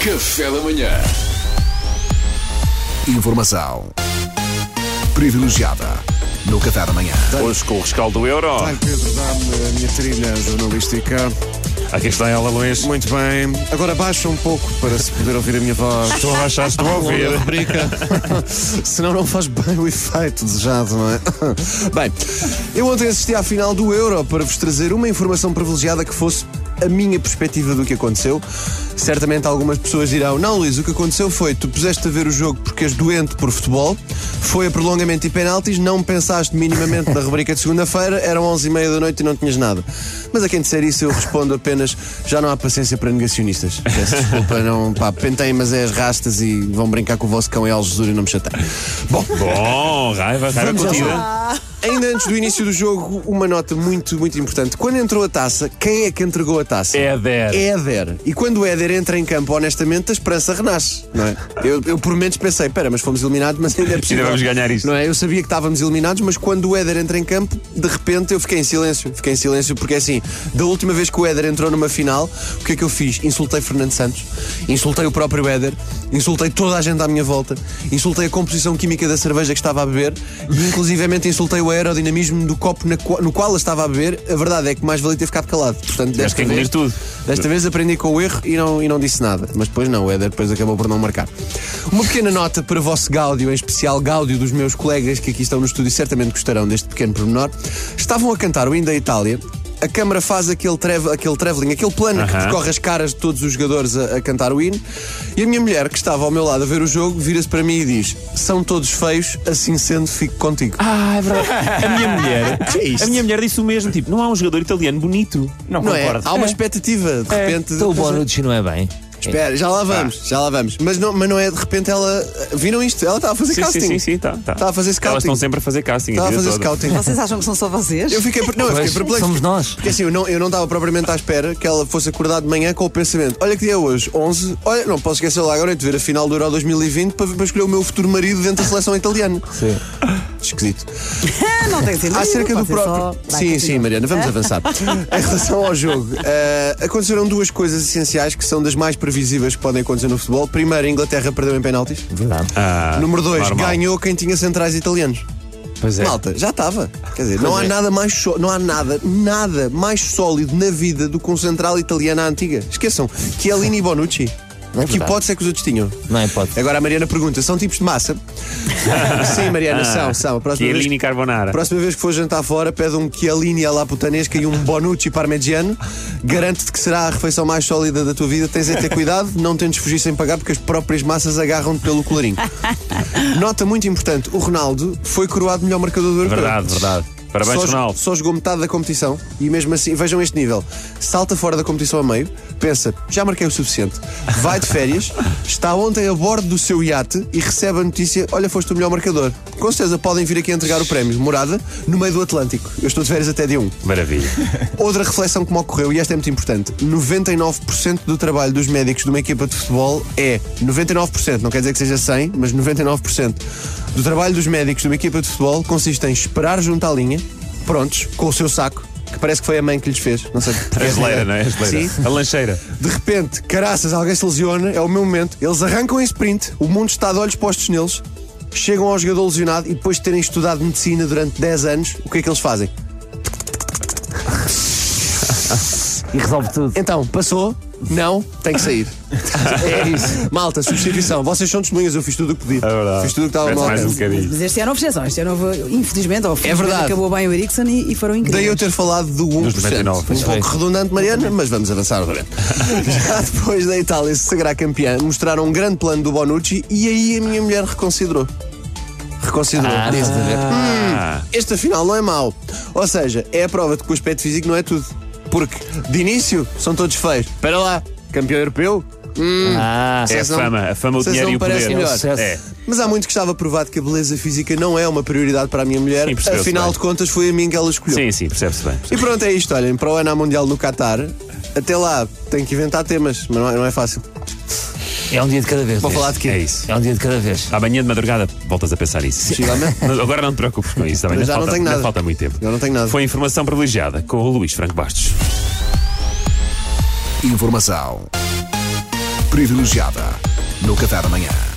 Café da Manhã. Informação privilegiada no Café da Manhã. Hoje com o rescaldo do euro. Ai, Tá Pedro, dá-me a minha trilha jornalística. Aqui está ela, Luís. Muito bem. Agora baixa um pouco para se poder ouvir a minha voz. Estou a achar, estou a ouvir. Longa rubrica. Senão não faz bem o efeito desejado, não é? Bem, eu ontem assisti à final do Euro para vos trazer uma informação privilegiada que fosse a minha perspectiva do que aconteceu. Certamente algumas pessoas dirão: Não, Luís, o que aconteceu foi tu puseste a ver o jogo porque és doente por futebol, foi a prolongamento e penaltis, não pensaste minimamente na rubrica de segunda-feira, eram 11h30 da noite e não tinhas nada. Mas a quem disser isso, eu respondo apenas: Já não há paciência para negacionistas. Peço desculpa, não, pá, pentem, mas é as rastas e vão brincar com o vosso cão El Jesus e não me chateiem. Bom, Bom, raiva, raiva Vamos contida. lá. Ainda antes do início do jogo, uma nota muito, muito importante. Quando entrou a taça, quem é que entregou a taça? Éder. Éder. E quando o Éder entra em campo, honestamente, a esperança renasce, não é? Eu, eu por menos pensei, pera, mas fomos eliminados, mas ainda é possível. vamos ganhar isto. Não é? Eu sabia que estávamos eliminados, mas quando o Éder entra em campo, de repente eu fiquei em silêncio. Fiquei em silêncio porque é assim, da última vez que o Éder entrou numa final, o que é que eu fiz? Insultei Fernando Santos, insultei o próprio Éder, insultei toda a gente à minha volta, insultei a composição química da cerveja que estava a beber e inclusivamente insultei o aerodinamismo do copo na qua- no qual ela estava a beber. A verdade é que mais valia ter ficado calado. Portanto, Mas desta tem que vez, engolir tudo. Desta vez aprendi com o erro e não, e não disse nada. Mas depois não, o Éder depois acabou por não marcar. Uma pequena nota para o vosso Gáudio, em especial Gáudio dos meus colegas que aqui estão no estúdio, certamente gostarão deste pequeno pormenor. Estavam a cantar o Inda Itália. A câmara faz aquele, treve, aquele travelling, aquele plano que Aham. percorre as caras de todos os jogadores a, a cantar o hino. E a minha mulher, que estava ao meu lado a ver o jogo, vira-se para mim e diz: São todos feios, assim sendo, fico contigo. Ah, é verdade. A minha mulher, Que é isto? a minha mulher disse o mesmo, tipo, não há um jogador italiano bonito. não é? Há uma expectativa, de repente. Então o Bonucci não é bem. Espera, já lá vamos, já lá vamos. Mas não, mas não é de repente ela. Viram isto? Ela estava a fazer Sim, sim, casting. sim, sim, tá, tá. Estava a fazer Elas scouting. estão sempre a fazer casting. Estava a vida fazer toda. scouting. Vocês acham que são só vocês? Eu fiquei, per- não, eu fiquei Pois, perplexo. somos nós. Porque assim, eu não, eu não estava propriamente à espera que ela fosse acordar de manhã com o pensamento: olha que dia é hoje, 11. Olha, não posso esquecer lá agora é de ver a final do Euro 2020 para, para escolher o meu futuro marido dentro da seleção italiana. Sim. Esquisito. não tem que ser Acerca do pode ser só- próprio. Vai, sim, continua. sim, Mariana, vamos avançar. em relação ao jogo, eh, aconteceram duas coisas essenciais que são das mais previsíveis que podem acontecer no futebol. Primeiro, a Inglaterra perdeu em penaltis. Verdade. Ah, Número 2, normal. ganhou quem tinha centrais italianos. Pois é. Malta, já estava. Quer dizer, não há nada mais só- não há nada, nada mais sólido na vida do que um central italiano à antiga. Esqueçam, Chiellini e Bonucci. que É verdade. hipótese é que os outros tinham? Não é hipótese. Agora a Mariana pergunta: são tipos de massa? Sim, Mariana, são, são. A próxima vez Chiellini Carbonara. Próxima vez que for jantar fora, pede um Chiellini à laputanesca e um Bonucci parmegiano. Garanto-te que será a refeição mais sólida da tua vida. Tens é ter cuidado, não tentes fugir sem pagar, porque as próprias massas agarram-te pelo colarinho. Nota muito importante: o Ronaldo foi coroado melhor marcador do europeu. Verdade, verdade. Parabéns, só, Ronaldo. Só jogou metade da competição e mesmo assim, vejam este nível. Salta fora da competição a meio, pensa, já marquei o suficiente. Vai de férias, está ontem a bordo do seu iate e recebe a notícia: olha, foste o melhor marcador. Com certeza podem vir aqui entregar o prémio, morada, no meio do Atlântico. Eu estou de férias até dia 1. Maravilha. Outra reflexão que me ocorreu, e esta é muito importante: 99% do trabalho dos médicos de uma equipa de futebol é 99%, não quer dizer que seja 100, mas 99% do trabalho dos médicos de uma equipa de futebol consiste em esperar junto à linha, prontos, com o seu saco, que parece que foi a mãe que lhes fez, não sei porque A geleira, não é? A Sim, geleira. A lancheira. de repente, caraças, alguém se lesiona, é o meu momento. Eles arrancam em sprint, o mundo está de olhos postos neles, chegam ao jogador lesionado e depois de terem estudado medicina durante 10 anos, o que é que eles fazem? E resolve tudo. Então, passou? Não, tem que sair. é isso. Malta, substituição. Vocês são testemunhas, eu fiz tudo o que podia. É verdade. Fiz tudo o que estava Mete mal. mais um bocadinho. Mas este ano houve exceções. Este ano houve, infelizmente, ou felizmente, É verdade. acabou bem o Ericsson e, e foram incríveis. Daí eu ter falado do 1%. Dos 99, um pouco redundante, Mariana, mas vamos avançar novamente. Já depois da Itália se sagrar campeã, mostraram um grande plano do Bonucci e aí a minha mulher reconsiderou. Reconsiderou. Ah, Disse, tá estás a ver? Ah, este afinal não é mau. Ou seja, é a prova de que o aspecto físico não é tudo. Porque, de início, são todos feios. Para lá, campeão europeu? Ah, é a Vocês não- fama. A fama, o vocês dinheiro não e o parecem poder. melhor. É. Mas há muito que estava provado que a beleza física não é uma prioridade para a minha mulher. Sim, percebeu-se Afinal bem. de contas, foi a mim que ela escolheu. Sim, sim, percebe-se bem. E pronto, é isto. Olhem, para o Ana Mundial no Qatar, até lá, tenho que inventar temas, mas não é, não é fácil. é um dia de cada vez. Vou falar de quê? É isso. É um dia de cada vez. Amanhã de madrugada voltas a pensar nisso. Possivelmente. Mas Agora não te preocupes com isso também. Mas já não falta, tenho nada. falta muito tempo. Eu não tenho nada. Foi informação privilegiada com o Luís Franco Bastos. Informação privilegiada no Café da Manhã.